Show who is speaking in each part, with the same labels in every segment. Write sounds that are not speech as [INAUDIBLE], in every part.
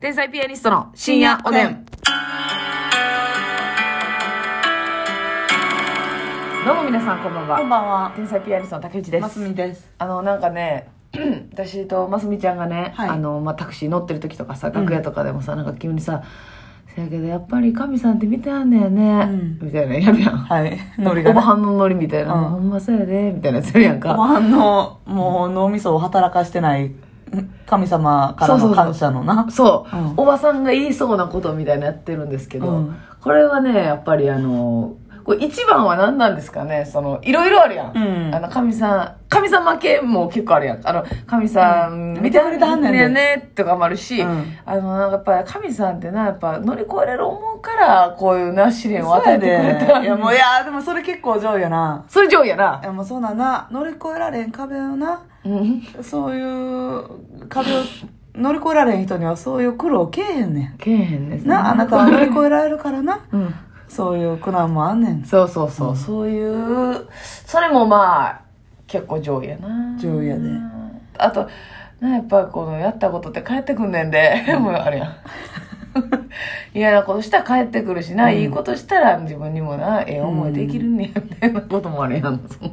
Speaker 1: 天才ピアニストの深夜おでん。どうも皆さんこんばん
Speaker 2: こん
Speaker 1: は。
Speaker 2: ばんは。
Speaker 1: 天才ピアニストの竹内です。
Speaker 2: ますみです。
Speaker 1: あの、なんかね、 [CLEARS THROAT] 私とますみちゃんがね、
Speaker 2: はい
Speaker 1: あの、まあ、タクシー乗ってる時とかさ、楽屋とかでもさ、なんか急にさ、せやけどやっぱり神さんって見てあんねやね、
Speaker 2: うん
Speaker 1: みたいなやるや [LAUGHS] ん。
Speaker 2: はい。ノリ
Speaker 1: お
Speaker 2: が、ね。
Speaker 1: ばはんのノリみたいな、
Speaker 2: うん
Speaker 1: ほんまそうやで、みたいなやつやるやん
Speaker 2: おば
Speaker 1: か。
Speaker 2: はんの、もう脳みそを働かしてない神様から
Speaker 1: そうそう
Speaker 2: の
Speaker 1: そう
Speaker 2: 感謝のな。
Speaker 1: そう、
Speaker 2: うん
Speaker 1: おばさんが言いそうなことみたいなやってるんですけど、
Speaker 2: うん
Speaker 1: これはね、やっぱりあの、これ一番は何なんですかねその、いろいろあるやん。
Speaker 2: うん
Speaker 1: あの、神さん、神様系も結構あるやん。あの、神さん、
Speaker 2: うん見てくれてはんねんで
Speaker 1: ねねとかもあるし、
Speaker 2: うん
Speaker 1: あの、なんかやっぱり神さんってな、やっぱ乗り越えれる思うから、こういうな、試練を与えてくれたん
Speaker 2: いや、もう、いや、でもそれ結構上位やな。
Speaker 1: それ上位や
Speaker 2: い
Speaker 1: な。
Speaker 2: や、もうそうなんな。乗り越えられん壁をな。
Speaker 1: うん。
Speaker 2: そういう壁を乗り越えられん人にはそういう苦労けえへんね
Speaker 1: けえへんです
Speaker 2: ん。な、あなたは乗り越えられるからな。
Speaker 1: うん。
Speaker 2: そういう苦難もあんねん。
Speaker 1: そうそうそう、そういう、それもまあ、結構上位やな。
Speaker 2: 上位やで。
Speaker 1: あと、なやっぱこのやったことって帰ってくんねんで、 [LAUGHS] もうあれやん。嫌なことしたら帰ってくるしな、いいことしたら自分にもな、ええ思いできるねん、みたいなこともあれやん。 [LAUGHS] その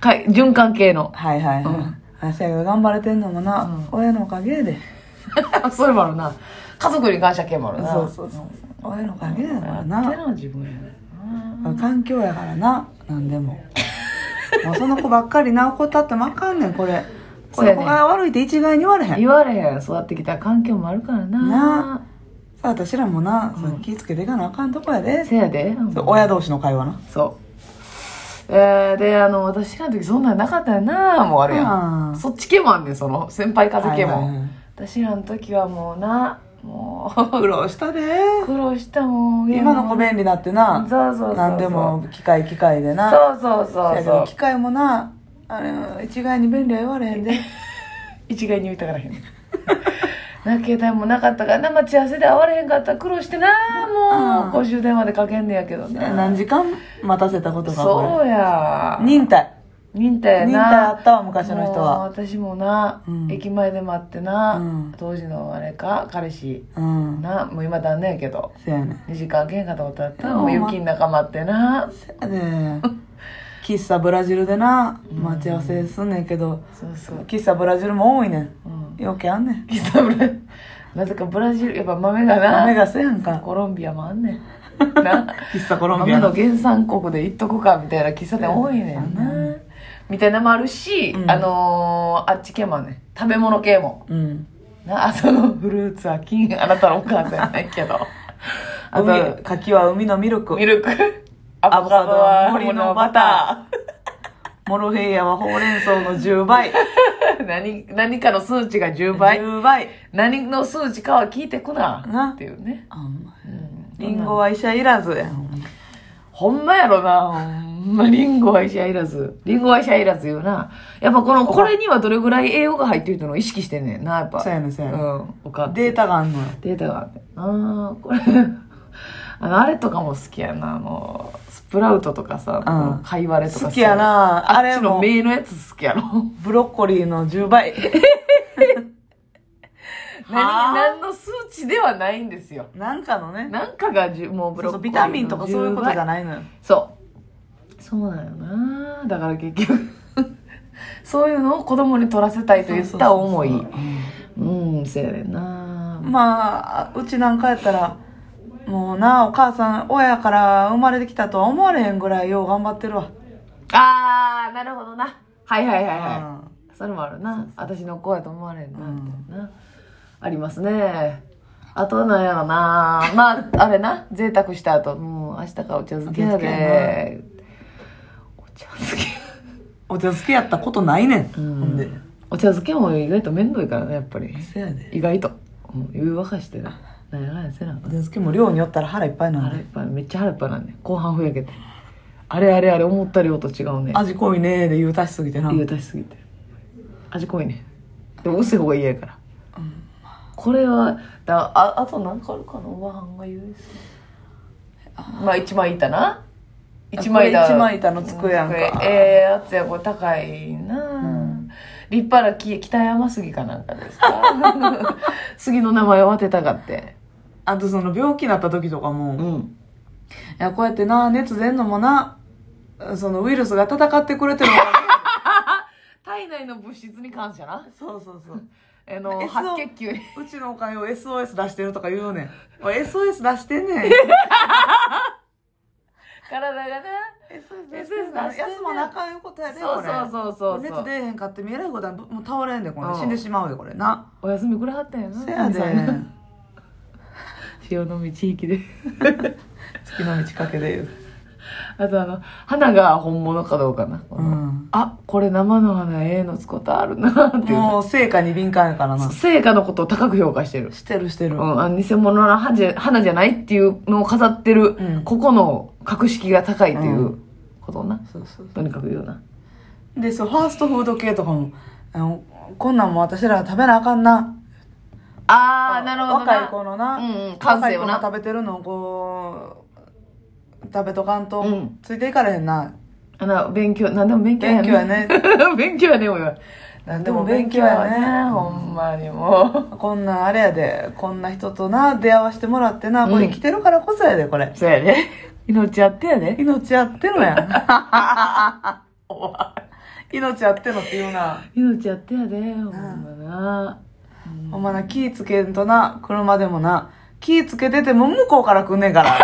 Speaker 1: かい循環系の。 [LAUGHS]
Speaker 2: はいはいはい。あ、せやけど頑張れてんのもな、親のおかげやで。
Speaker 1: それもあるな。家族に感謝系もあるな。
Speaker 2: そうそうそう。親のおかげやから
Speaker 1: やって
Speaker 2: な。
Speaker 1: の自分やね
Speaker 2: 環境やからな、な
Speaker 1: [LAUGHS]
Speaker 2: んでも。もうその子ばっかりな、怒ったってもあかんねん、これ。こ
Speaker 1: そうやね
Speaker 2: の子が悪いって一概に言われへん。
Speaker 1: 言われへん、育ってきた環境もあるからな。
Speaker 2: なさあ、私らもな、そう気ぃつけていかなあかんとこやで。
Speaker 1: せやで。うん
Speaker 2: そう親同士の会話な。
Speaker 1: そう。えー、で、あの、私らの時そんなんなかったよなもうあるや。
Speaker 2: うんん
Speaker 1: そっち系もあんねん、その、先輩風系
Speaker 2: はいはいは
Speaker 1: も
Speaker 2: い。
Speaker 1: 私らの時はもうな、もう、
Speaker 2: 苦労したで。
Speaker 1: 苦労したもん。
Speaker 2: 今の子便利だってな、
Speaker 1: そうそうそうそう
Speaker 2: なんでも機械機械でな。
Speaker 1: そうそうそ
Speaker 2: せ
Speaker 1: う
Speaker 2: やけ
Speaker 1: そ
Speaker 2: ど
Speaker 1: う
Speaker 2: 機。械もな、あれ、一概に便利は言われへ
Speaker 1: [LAUGHS]
Speaker 2: んで。
Speaker 1: 一概に言いたからへん。 [LAUGHS] な、携帯もなかったからな、待ち合わせで会われへんかったら苦労してなもう、
Speaker 2: うん
Speaker 1: 公衆電話でかけんねやけどね。
Speaker 2: 何時間待たせたことがこ
Speaker 1: そうや
Speaker 2: れ。。忍耐。
Speaker 1: 忍耐やな
Speaker 2: 忍耐あったわ昔の人は
Speaker 1: もう私もな、
Speaker 2: うん
Speaker 1: 駅前で待ってな、
Speaker 2: うん
Speaker 1: 当時のあれか彼氏
Speaker 2: うん。
Speaker 1: なもう今断念やけど
Speaker 2: せやねん。
Speaker 1: 2時間けんかったことあったら
Speaker 2: うん
Speaker 1: もう雪の中待ってな
Speaker 2: せやで喫茶ブラジルでな待ち合わせすんねんけど、
Speaker 1: そうそう
Speaker 2: 喫茶ブラジルも多いねん
Speaker 1: うん
Speaker 2: 余計あんねん
Speaker 1: 喫茶ブラ [LAUGHS] なぜかブラジルやっぱ豆がな
Speaker 2: 豆がせやんか
Speaker 1: コロンビアもあんねん
Speaker 2: [LAUGHS]
Speaker 1: な
Speaker 2: 喫茶コロンビ
Speaker 1: 豆
Speaker 2: ア
Speaker 1: の
Speaker 2: の
Speaker 1: 原産国で行っとこかみたいな喫茶店多いねんな、みたいなのもあるし、
Speaker 2: うん
Speaker 1: あのーあっち系もあんねん食べ物系も
Speaker 2: うん
Speaker 1: なあ [LAUGHS] そのフルーツは金あなたのお母さんやないけ
Speaker 2: [LAUGHS]
Speaker 1: どあ
Speaker 2: 海
Speaker 1: と
Speaker 2: 柿は海のミルク
Speaker 1: ミルクアボカドは森のバタ
Speaker 2: モロヘイヤはほうれん草の10倍
Speaker 1: ー [LAUGHS] 何何かの数値が10倍
Speaker 2: 10倍
Speaker 1: 何の数値かは聞いてくな
Speaker 2: な
Speaker 1: っていうね、
Speaker 2: あんま
Speaker 1: うん
Speaker 2: りリンゴは医者いらずやん
Speaker 1: ほんまやろなほんまリンゴは医者いらずリンゴは医者いらず言うなやっぱこのこれにはどれぐらい栄養が入ってるっていうのを意識してんねんなやっぱ
Speaker 2: そうやねんそうやねん
Speaker 1: うんおかん
Speaker 2: データがあんのよ
Speaker 1: データがあってあーこれ [LAUGHS] あのあれとかも好きやなあのスプラウトとかさ、このカイワレとかさ
Speaker 2: 好きやなあ
Speaker 1: あっ
Speaker 2: れ
Speaker 1: ちの
Speaker 2: も
Speaker 1: 目のやつ好きや
Speaker 2: [LAUGHS]
Speaker 1: ろ
Speaker 2: ブロッコリーの10倍
Speaker 1: 何
Speaker 2: はあ
Speaker 1: 何の数値では [LAUGHS] ないんですよ
Speaker 2: なんかのね
Speaker 1: なんかがじゅもうブ
Speaker 2: そ
Speaker 1: ロッ
Speaker 2: うそ
Speaker 1: コ
Speaker 2: う
Speaker 1: リー
Speaker 2: ビ
Speaker 1: の
Speaker 2: タミンとかそういうことじゃ
Speaker 1: い
Speaker 2: ないのよ
Speaker 1: そうそうなんよなだから結局 [LAUGHS] そういうのを子供に取らせたいといった思い
Speaker 2: そうそうそううん
Speaker 1: うんせやねんな
Speaker 2: まあ、うちなんかやったら、もうな、お母さん、親から生まれてきたとは思われへんぐらいよう頑張ってるわ。
Speaker 1: あーなるほどなはいはいはいはい、
Speaker 2: うん
Speaker 1: それもあるな私の子やと思われんな
Speaker 2: うん
Speaker 1: みたいなありますねあとなんやろな [LAUGHS] まああれな贅沢した後もう明日からお茶漬けやでお茶漬け
Speaker 2: お茶漬けやったことないねん。ほ
Speaker 1: うん
Speaker 2: んで。
Speaker 1: お茶漬けも意外と面倒いからねやっぱり
Speaker 2: せやで。
Speaker 1: 意外とうん湯沸かしてななんやかんやせなあか
Speaker 2: お
Speaker 1: ん
Speaker 2: 茶漬けも量によったら腹いっぱいなん
Speaker 1: 腹いっ
Speaker 2: で。
Speaker 1: ぱいめっちゃ腹いっぱいなんね後半ふやけてあれあれあれ思った量と違うね
Speaker 2: 味濃いねーで言うたしすぎてな。
Speaker 1: 言う出しすぎて味濃いねでも薄い方が嫌やから、これはだああと何かあるかなおばはんが言うまあ一枚板な一枚板
Speaker 2: これ一枚板の机やんか
Speaker 1: 机ええやつやこれ高いな、立派な木北山杉かなんかです [LAUGHS] か杉の名前を当てたかって
Speaker 2: あとその病気になった時とかも、
Speaker 1: う
Speaker 2: い
Speaker 1: ん
Speaker 2: や、こうやってな、熱出んのもな、そのウイルスが戦ってくれてるの [LAUGHS] か
Speaker 1: 体内の物質に感謝な
Speaker 2: なそうそうそう。
Speaker 1: あの
Speaker 2: SO
Speaker 1: 白血球に
Speaker 2: うちのお金を SOS 出してるとか言うねん。おい SOS 出してん [LAUGHS] ねん。
Speaker 1: 体がな
Speaker 2: SOS
Speaker 1: 出してんねん
Speaker 2: 休まなあかんよことやで、
Speaker 1: そう
Speaker 2: これ
Speaker 1: そうそうそうそ
Speaker 2: 熱出
Speaker 1: う
Speaker 2: えへんかって見えないことはもう倒れんで、こ
Speaker 1: う
Speaker 2: れ。
Speaker 1: ん
Speaker 2: 死んでしまうよ、これな。
Speaker 1: お休みくれはったんやな
Speaker 2: せやで。
Speaker 1: 神さん潮の満ち引きで [LAUGHS]
Speaker 2: 月の満ち欠けで言う。
Speaker 1: あとあの花が本物かどうかな、
Speaker 2: うん。
Speaker 1: あこれ生の花ええの使ったあるなっていう
Speaker 2: もう成果に敏感やからな。
Speaker 1: 成果のことを高く評価してる、
Speaker 2: してるして
Speaker 1: う
Speaker 2: る。
Speaker 1: ん、あの偽物の花じゃ花じゃないっていうのを飾ってる、
Speaker 2: うん
Speaker 1: ここの格式が高いっていううことをな、
Speaker 2: そうそう
Speaker 1: とにかく言うな
Speaker 2: でそうファーストフード系とかもあのこんなんも私ら食べなあかんな
Speaker 1: ああなるほどな
Speaker 2: 若い子のな、
Speaker 1: うんうん感性をな
Speaker 2: 若い子の食べてるのをこう食べとかんと、
Speaker 1: うん
Speaker 2: ついていかれへんな
Speaker 1: あの勉強何でも勉強や
Speaker 2: 勉
Speaker 1: ね
Speaker 2: 強や
Speaker 1: [LAUGHS]
Speaker 2: ね
Speaker 1: 勉強やねお前何でも勉強や
Speaker 2: 勉強や
Speaker 1: ね
Speaker 2: ね
Speaker 1: ほんまにも
Speaker 2: こんなんあれやでこんな人とな出会わしてもらってな
Speaker 1: うん
Speaker 2: これ生きてるからこそやでこれ
Speaker 1: う、そうやね命あってやね
Speaker 2: 命あってのやん
Speaker 1: [LAUGHS]
Speaker 2: 命あってのって言うな
Speaker 1: 命あってやでほんまな
Speaker 2: ほんまな、気ぃつけんとな、車でもな、気ぃつけてても向こうから来んね
Speaker 1: [LAUGHS]
Speaker 2: んから。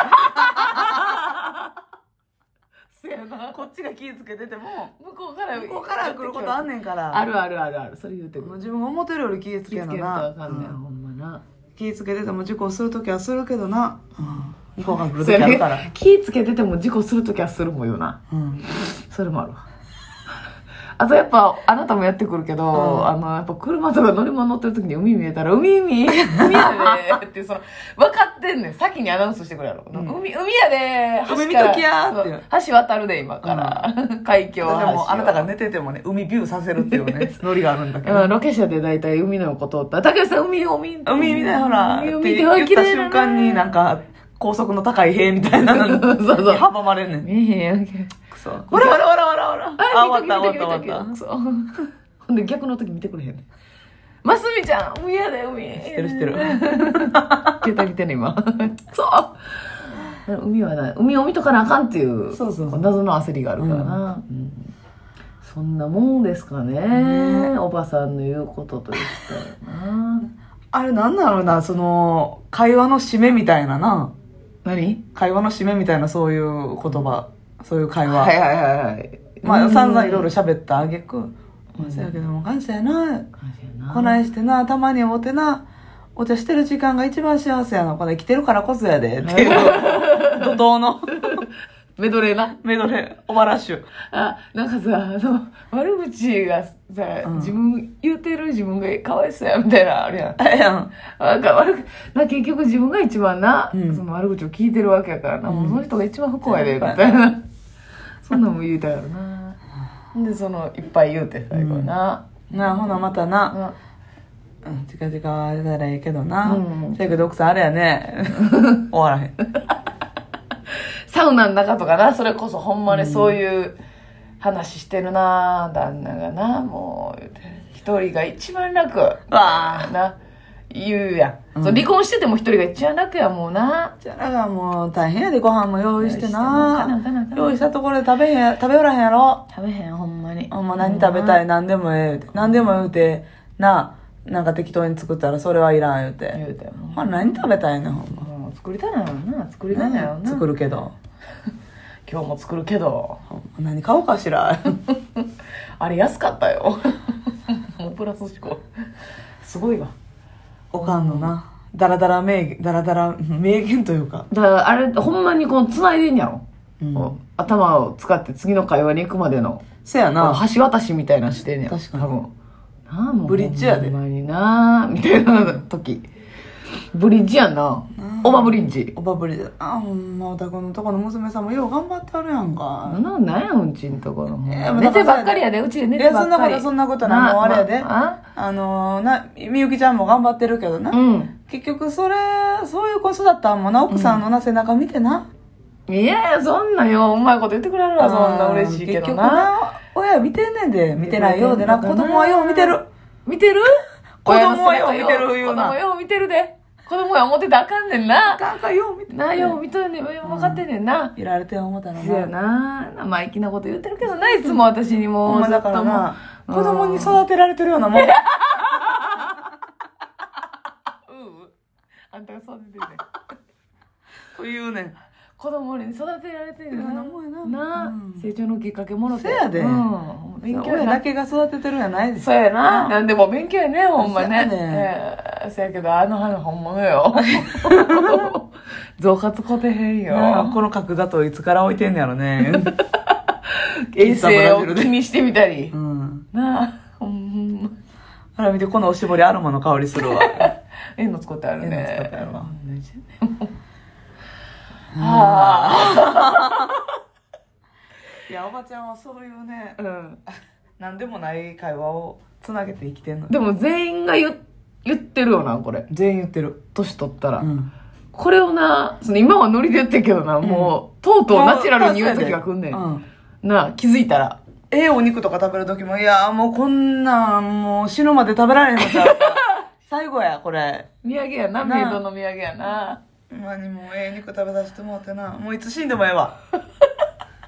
Speaker 1: そうやな
Speaker 2: こっちが気ぃつけてても、
Speaker 1: 向こうから
Speaker 2: 向こうから来ることあんねんから。
Speaker 1: あるあるあるあるそれ言うてく
Speaker 2: もう
Speaker 1: る
Speaker 2: 自分が思ってるより気ぃ
Speaker 1: 気
Speaker 2: つけ
Speaker 1: 付
Speaker 2: ん
Speaker 1: け
Speaker 2: の
Speaker 1: んとあ
Speaker 2: な。
Speaker 1: かんねん、
Speaker 2: うん
Speaker 1: ほんまな
Speaker 2: 気ぃつけてても事故するときはするけどな。うん向こうから来る
Speaker 1: そ
Speaker 2: ときあ
Speaker 1: れ
Speaker 2: るから。
Speaker 1: 気ぃつけてても事故するときはするもんよな
Speaker 2: うん。
Speaker 1: それもあるわ [LAUGHS] あとやっぱあなたもやってくるけど、
Speaker 2: ん
Speaker 1: あのやっぱ車とか乗り物乗ってる時に海見えたら「海
Speaker 2: [LAUGHS]
Speaker 1: 海海やで」ってその分かってんねん先にアナウンスしてくれやろ「
Speaker 2: ん
Speaker 1: 海海やで
Speaker 2: 海見
Speaker 1: から
Speaker 2: ときやーっていう
Speaker 1: そう橋渡るで今から、 [LAUGHS] 海峡橋
Speaker 2: 私
Speaker 1: を
Speaker 2: はもうあなたが寝ててもね、海ビューさせるっていう
Speaker 1: [LAUGHS]
Speaker 2: ね、ノリがあるんだけど。
Speaker 1: うん、ロケ車で大体海の横通ったら「竹内さん海海」
Speaker 2: 海見ないほら、っ
Speaker 1: 海
Speaker 2: て
Speaker 1: 海で
Speaker 2: 言
Speaker 1: は
Speaker 2: っ
Speaker 1: 綺
Speaker 2: た
Speaker 1: 麗だ
Speaker 2: 瞬間になんか、高速の高い塀みたいなのに
Speaker 1: [LAUGHS] そうそう
Speaker 2: 阻まれんねん。
Speaker 1: 見えへんやんけ
Speaker 2: くそ。ほらほらほらほらほら。あ、
Speaker 1: あ、見
Speaker 2: 終
Speaker 1: た
Speaker 2: わっ
Speaker 1: 見
Speaker 2: た終
Speaker 1: た
Speaker 2: わった
Speaker 1: 見
Speaker 2: 終
Speaker 1: た
Speaker 2: わ
Speaker 1: 見
Speaker 2: った
Speaker 1: そう。 [LAUGHS] ほんで逆の時見てくれへんね。ますみちゃん、海やで、海。知
Speaker 2: ってる知ってる。
Speaker 1: [LAUGHS] 携帯見てんね、今。 [LAUGHS] そう。海はない。海を見とかなあかんっていう、
Speaker 2: そうそうそう
Speaker 1: 謎の焦りがあるからな。うんそんなもんですかね。おばさんの言うことと一緒やな。
Speaker 2: た。あれなんだろうな、その、会話の締めみたいなな。
Speaker 1: 何
Speaker 2: 会話の締めみたいなそういう言葉。そういう会話。
Speaker 1: はいはいはいはい。
Speaker 2: まあ、散々いろい
Speaker 1: ろ。
Speaker 2: ろ喋った挙句まあせやけども、感謝やな。
Speaker 1: 感じやな
Speaker 2: こないしてな、たまにおてな、お茶してる時間が一番幸せやな。これ生きてるからこそやで。
Speaker 1: [LAUGHS]
Speaker 2: っていう、怒涛の
Speaker 1: メドレーな。
Speaker 2: メドレー、オバラッシュ。
Speaker 1: あなんかさあの悪口がさ、
Speaker 2: うん
Speaker 1: 自分言うてる自分がかわいそうやみたいなのあるやん
Speaker 2: あやん。
Speaker 1: なんか悪くな結局自分が一番な、
Speaker 2: うん
Speaker 1: その悪口を聞いてるわけやからな、もうその人が一番不幸やでみたい [LAUGHS] なそんなんも言うたからなでそのいっぱい言うて最後な、
Speaker 2: なあ、ほなまたな。
Speaker 1: あ
Speaker 2: うん、近々会えたらええけどな。
Speaker 1: うん
Speaker 2: せやけど奥さんあれやね。 [LAUGHS] 終わらへん。
Speaker 1: サウナの中とかなそれこそほんまにそういう話してるな旦那がなもう言うて一人が一番楽
Speaker 2: わあ。
Speaker 1: な言うやん、
Speaker 2: うん
Speaker 1: そう離婚してても一人が一番楽やもうな
Speaker 2: じゃあがもう大変やで、ご飯も用意して
Speaker 1: 用意してなかなかな
Speaker 2: な
Speaker 1: かな。か
Speaker 2: 用意したところで食べへん、食べおらへんやろ。
Speaker 1: 食べへんほんまに
Speaker 2: ほんま何食べた
Speaker 1: い
Speaker 2: い、何でもええ言うて。何でも言うて、なあ、なんか適当に作ったらそれはいらん言うて。
Speaker 1: 言うても
Speaker 2: ほんま何食べたいねん、ほんま。
Speaker 1: う、うん、作りたいなよな作りたいなよな、
Speaker 2: 作るけど。
Speaker 1: 今日も作るけど
Speaker 2: ほんま何買おうかし [LAUGHS] ら。
Speaker 1: あれ安かったよ [LAUGHS] もうプラス思考すごいわ
Speaker 2: おかんのな。だらだら名言、だらだら名言というか。
Speaker 1: だからあれほんまにこの繋いでんやろ、
Speaker 2: うん
Speaker 1: こう頭を使って次の会話に行くまでの
Speaker 2: せや
Speaker 1: こ
Speaker 2: な。
Speaker 1: う橋渡しみたいなのしてんねん
Speaker 2: 確かに
Speaker 1: 多分なあもう
Speaker 2: ブリッジやで
Speaker 1: ほんまになみたいな時ブリッジやなオバブリッジ
Speaker 2: おばぶりで、あ、ほんま、おたくのとこの娘さんもよう頑張ってあるやんか。
Speaker 1: なんなんやうんちんとこの、
Speaker 2: えーもう
Speaker 1: 寝
Speaker 2: だか
Speaker 1: て
Speaker 2: ら
Speaker 1: ばっかりやでうちで寝てばっかり
Speaker 2: いやそんなことそんなことないもうあれやで
Speaker 1: あ
Speaker 2: あのー、な、みゆきちゃんも頑張ってるけどな。
Speaker 1: あうん
Speaker 2: 結局、それ、そういう子育ったんもな、奥さんのな、背中見てな。
Speaker 1: いやいやそんなようまいこと言ってくれるわそんな嬉しいけど
Speaker 2: 結局
Speaker 1: な
Speaker 2: な、親見てんねんで、見てないようでな、子供はよう見てる。
Speaker 1: 見てる
Speaker 2: 子供はよう見て
Speaker 1: 親の
Speaker 2: る
Speaker 1: 姿
Speaker 2: 言
Speaker 1: 子
Speaker 2: うな
Speaker 1: 供よう見てるで。子供や思ってたらあかんねんな。
Speaker 2: なんかよう見て
Speaker 1: な、よう見とるねん。分かってんねんな。
Speaker 2: いられて思ったら
Speaker 1: そうや
Speaker 2: な。
Speaker 1: な。生意気なこと言ってるけどな、いつも私にも。
Speaker 2: ほんまだからな、子供に育てられてるような [LAUGHS] もん。
Speaker 1: う。うん。あんたが育ててね。
Speaker 2: というねん。
Speaker 1: 子供に育てられてるよ
Speaker 2: そん
Speaker 1: な
Speaker 2: なもんやな
Speaker 1: な、
Speaker 2: うん
Speaker 1: 成長のきっかけもろて
Speaker 2: せやで
Speaker 1: うん、勉強
Speaker 2: 親
Speaker 1: や
Speaker 2: だ
Speaker 1: な
Speaker 2: けが育ててるんやないです。
Speaker 1: そうやななんでも勉強やねほんまね
Speaker 2: そうや
Speaker 1: えーそうやけどあの花本物
Speaker 2: [LAUGHS]
Speaker 1: よ増発こてへん
Speaker 2: なあ
Speaker 1: よ
Speaker 2: この角砂糖いつから置いてんねやろね。
Speaker 1: 衛生
Speaker 2: ブラジル
Speaker 1: を
Speaker 2: で
Speaker 1: 気にしてみたり、
Speaker 2: うん。
Speaker 1: なあほんま
Speaker 2: あら見て、このおしぼりアロマの香りする [LAUGHS] わ。
Speaker 1: ええの使ってあるね
Speaker 2: ええの使ってあるわ
Speaker 1: 何してんねんもうあ
Speaker 2: いや、おばちゃんはそういうね
Speaker 1: あ、、うん、
Speaker 2: なんでもない会話をつなげて生きてんの。
Speaker 1: でも全員が言言ってるよなこれ
Speaker 2: 全員言ってる。
Speaker 1: 年取ったら、
Speaker 2: うん。
Speaker 1: これをな、その今はノリで言ってるけどな、もう、とうとうナチュラルに言う時が来んねん。
Speaker 2: うん。
Speaker 1: なあ、気づいたら。
Speaker 2: ええお肉とか食べる時も、いやもうこんなん、もう死ぬまで食べられへんのちゃう [LAUGHS] か。最後や、これ。
Speaker 1: 土産やな、
Speaker 2: なあ
Speaker 1: メイドの土産やな。
Speaker 2: 何もええ肉食べさせてもらってな。もういつ死んでもええわ。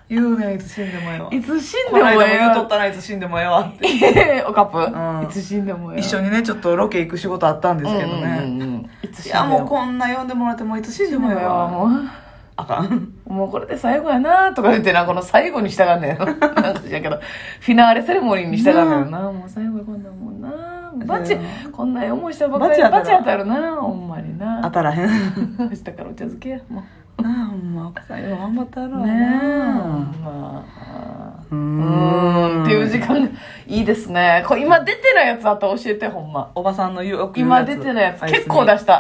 Speaker 2: 言うねん、いつ死んでもええわ。
Speaker 1: いつ死ん
Speaker 2: こ
Speaker 1: で
Speaker 2: の
Speaker 1: も
Speaker 2: 間も
Speaker 1: ええ
Speaker 2: 言うとっ
Speaker 1: わ。
Speaker 2: たらいつ死んでもええわって。
Speaker 1: [LAUGHS] おかっぷ、
Speaker 2: うん
Speaker 1: いつ死んでもええわ。
Speaker 2: 一緒にね、ちょっとロケ行く仕事あったんで
Speaker 1: ですす
Speaker 2: け
Speaker 1: け
Speaker 2: ど
Speaker 1: ど
Speaker 2: ね。
Speaker 1: ね。うんうんいつ死
Speaker 2: い
Speaker 1: んで
Speaker 2: や、もう
Speaker 1: も
Speaker 2: こんな呼んでもらってもういつ死んで
Speaker 1: え
Speaker 2: もええ
Speaker 1: え
Speaker 2: わ。
Speaker 1: わ。
Speaker 2: もう
Speaker 1: も
Speaker 2: あかん。
Speaker 1: う、もうこれで最後やなとか言ってな、この最後に従うんだよ。なんか知らんけど、フィナーレセレモニーに従うんだよな。もう最後にこんなもんな。バチ
Speaker 2: そうや、
Speaker 1: こんな思いしたばっかり。
Speaker 2: バチ当た
Speaker 1: バ
Speaker 2: る
Speaker 1: チ当たるな、ほんまに
Speaker 2: 当
Speaker 1: な。
Speaker 2: たらへん。
Speaker 1: 明日からお茶漬けや、もう。
Speaker 2: なあ、ほんま、奥さんよ、頑張ったろう
Speaker 1: ねえ
Speaker 2: な。
Speaker 1: まあ
Speaker 2: う
Speaker 1: うーんっていう時間いいですねこれ今出てないやつあったら教えてほんま
Speaker 2: おばさんの言う、よく言う
Speaker 1: 今出てないやつ結構出
Speaker 2: し
Speaker 1: した